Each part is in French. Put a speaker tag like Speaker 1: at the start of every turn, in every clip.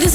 Speaker 1: this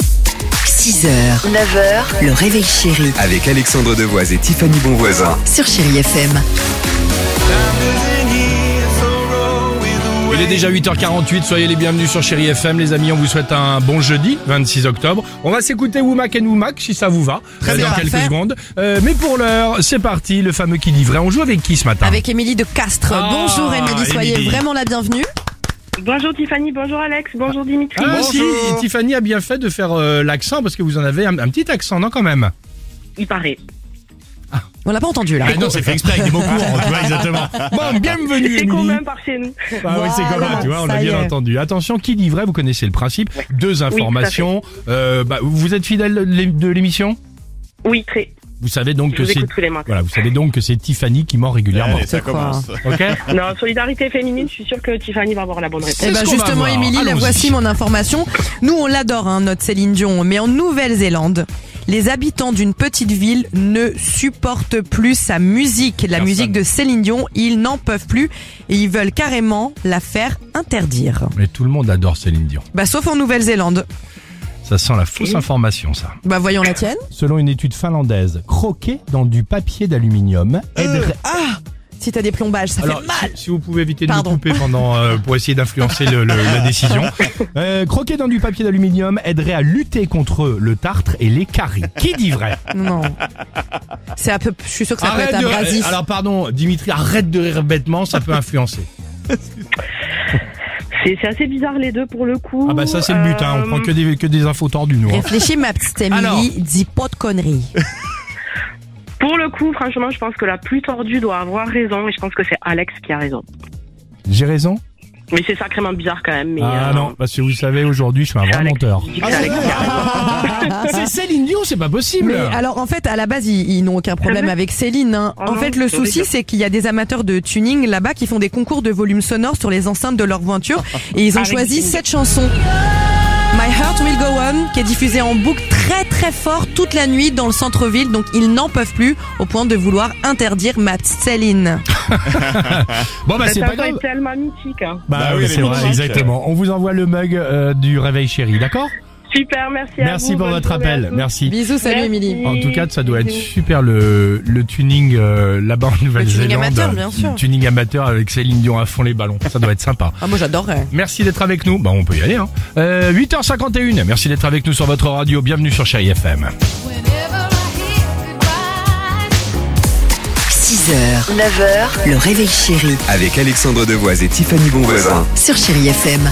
Speaker 2: 6h, 9h, le réveil chéri
Speaker 3: avec Alexandre Devoise et Tiffany Bonvoisin.
Speaker 2: sur Chérie FM.
Speaker 4: Il est déjà 8h48, soyez les bienvenus sur Chéri FM les amis, on vous souhaite un bon jeudi 26 octobre. On va s'écouter Woumak and Woumak si ça vous va euh, dans quelques secondes. Euh, mais pour l'heure, c'est parti, le fameux qui dit vrai. On joue avec qui ce matin
Speaker 5: Avec Émilie de Castres.
Speaker 4: Ah,
Speaker 5: bonjour Émilie, soyez
Speaker 4: Émilie.
Speaker 5: vraiment la bienvenue.
Speaker 6: Bonjour Tiffany, bonjour Alex, bonjour Dimitri.
Speaker 4: Ah si, Tiffany a bien fait de faire euh, l'accent parce que vous en avez un, un petit accent, non quand même
Speaker 6: Il paraît.
Speaker 5: On l'a pas entendu là.
Speaker 4: Ah non, c'est fait exprès avec des mots courts, tu vois exactement. Bon, bienvenue
Speaker 6: C'est quand
Speaker 4: Émilie.
Speaker 6: même par chez nous.
Speaker 4: Ah oui, c'est comme
Speaker 5: Voilà,
Speaker 4: ça, tu vois, on
Speaker 5: ça
Speaker 4: a
Speaker 5: y
Speaker 4: bien
Speaker 5: est.
Speaker 4: entendu. Attention, qui dit vrai, vous connaissez le principe. Deux
Speaker 6: fait.
Speaker 4: informations. Euh, bah, vous êtes fidèle de l'émission
Speaker 6: Oui, très.
Speaker 4: Vous savez donc
Speaker 6: Je
Speaker 4: que
Speaker 6: vous
Speaker 4: c'est
Speaker 6: écoute tous les matins.
Speaker 4: Voilà, vous savez donc que c'est Tiffany qui ment
Speaker 5: Oh,
Speaker 4: régulièrement.
Speaker 7: Allez, ça commence.
Speaker 5: Eh
Speaker 4: Ok
Speaker 6: Non, solidarité féminine, je suis sûre que Tiffany va avoir la bonne réponse.
Speaker 5: Eh
Speaker 4: C'est
Speaker 5: ben
Speaker 4: ce qu'on va
Speaker 5: justement
Speaker 4: voir.
Speaker 5: Émilie, la
Speaker 4: Allons-y.
Speaker 5: voici mon information. Nous on l'adore hein, notre Céline Dion, mais en Nouvelle-Zélande, les habitants d'une petite ville ne supportent plus sa musique, la
Speaker 4: Personne.
Speaker 5: musique de Céline Dion, ils n'en peuvent plus et ils veulent carrément la faire interdire.
Speaker 4: Mais tout le monde adore Céline Dion.
Speaker 5: Bah sauf en Nouvelle-Zélande.
Speaker 4: Ça sent la fausse information, ça.
Speaker 5: Bah voyons la tienne.
Speaker 4: Selon une étude finlandaise, croquer dans du papier d'aluminium aiderait.
Speaker 5: Si t'as des plombages, ça
Speaker 4: Alors,
Speaker 5: fait Euh, ah, mal.
Speaker 4: si, si vous pouvez éviter
Speaker 5: Pardon.
Speaker 4: de nous couper pendant euh, pour essayer d'influencer le- le- la décision, Euh, croquer dans du papier d'aluminium aiderait à lutter contre le tartre et les caries. Qui dit vrai
Speaker 5: Non. C'est un peu. Je suis sûr que ça peut être
Speaker 4: de.
Speaker 5: abrasif.
Speaker 4: Alors pardon, Dimitri, arrête de rire bêtement, ça peut influencer.
Speaker 6: C'est c'est assez bizarre les deux pour le coup.
Speaker 4: Ah bah ça c'est le but, hein. on
Speaker 6: Euh,
Speaker 4: prend que des que des infos tordues nous. hein.
Speaker 5: Réfléchis ma petite
Speaker 4: Alors.
Speaker 5: Émilie, dis pas de conneries.
Speaker 6: Euh, Pour le coup, franchement, je pense que la plus tordue doit avoir raison et je pense que c'est Alex qui a raison.
Speaker 4: J'ai raison
Speaker 6: Mais c'est sacrément bizarre quand même. Mais,
Speaker 4: Ah
Speaker 6: euh,
Speaker 4: non, parce que vous savez, aujourd'hui, je suis un
Speaker 6: c'est
Speaker 4: vrai
Speaker 6: Alex.
Speaker 4: menteur. Ah,
Speaker 6: Je dis que c'est Alex qui a raison.
Speaker 4: C'est Céline Dion, c'est pas possible.
Speaker 5: Mais ah, alors en fait, à la base, ils, ils n'ont aucun problème
Speaker 6: vrai
Speaker 5: avec Céline. hein.
Speaker 6: Oh
Speaker 5: en
Speaker 6: non,
Speaker 5: fait, le
Speaker 6: c'est
Speaker 5: souci,
Speaker 6: horrible.
Speaker 5: c'est qu'il y a des amateurs de tuning là-bas qui font des concours de volume sonore sur les enceintes de leur voiture et ils ont
Speaker 6: Avec
Speaker 5: choisi
Speaker 6: Céline.
Speaker 5: cette chanson. My Heart Will Go On, qui est diffusée en boucle très très fort toute la nuit dans le centre-ville, donc ils n'en peuvent plus au point de vouloir interdire ma petite Céline.
Speaker 4: Bon bah
Speaker 6: Cette
Speaker 4: c'est pas
Speaker 6: chanson
Speaker 4: grave.
Speaker 6: est tellement mythique. hein.
Speaker 4: Bah,
Speaker 7: Bah oui,
Speaker 4: oui,
Speaker 7: elle
Speaker 4: c'est
Speaker 7: est
Speaker 4: vrai,
Speaker 7: mythique.
Speaker 4: exactement. On vous envoie le mug euh, du réveil chéri, d'accord
Speaker 6: Super, merci, à vous.
Speaker 4: Merci pour
Speaker 6: bonne
Speaker 4: votre
Speaker 6: journée à
Speaker 4: appel,
Speaker 6: tous.
Speaker 4: merci.
Speaker 5: Bisous, salut
Speaker 6: Merci.
Speaker 5: Émilie.
Speaker 4: En tout cas, ça doit être
Speaker 6: Bisous.
Speaker 4: super le, le tuning euh, là-bas en Nouvelle-Zélande.
Speaker 5: amateur, bien sûr.
Speaker 4: Le Tuning amateur avec Céline Dion à fond les ballons. Ça doit être sympa.
Speaker 5: Ah moi j'adorerais.
Speaker 4: Merci d'être avec nous. Bah on peut y aller. Hein. Euh, 8h51. Merci d'être avec nous sur votre radio. Bienvenue sur Chéri FM.
Speaker 2: 6h, 9h, le réveil chéri
Speaker 3: avec Alexandre Devoise et Tiffany Bonvoisin.
Speaker 2: sur Chérie FM.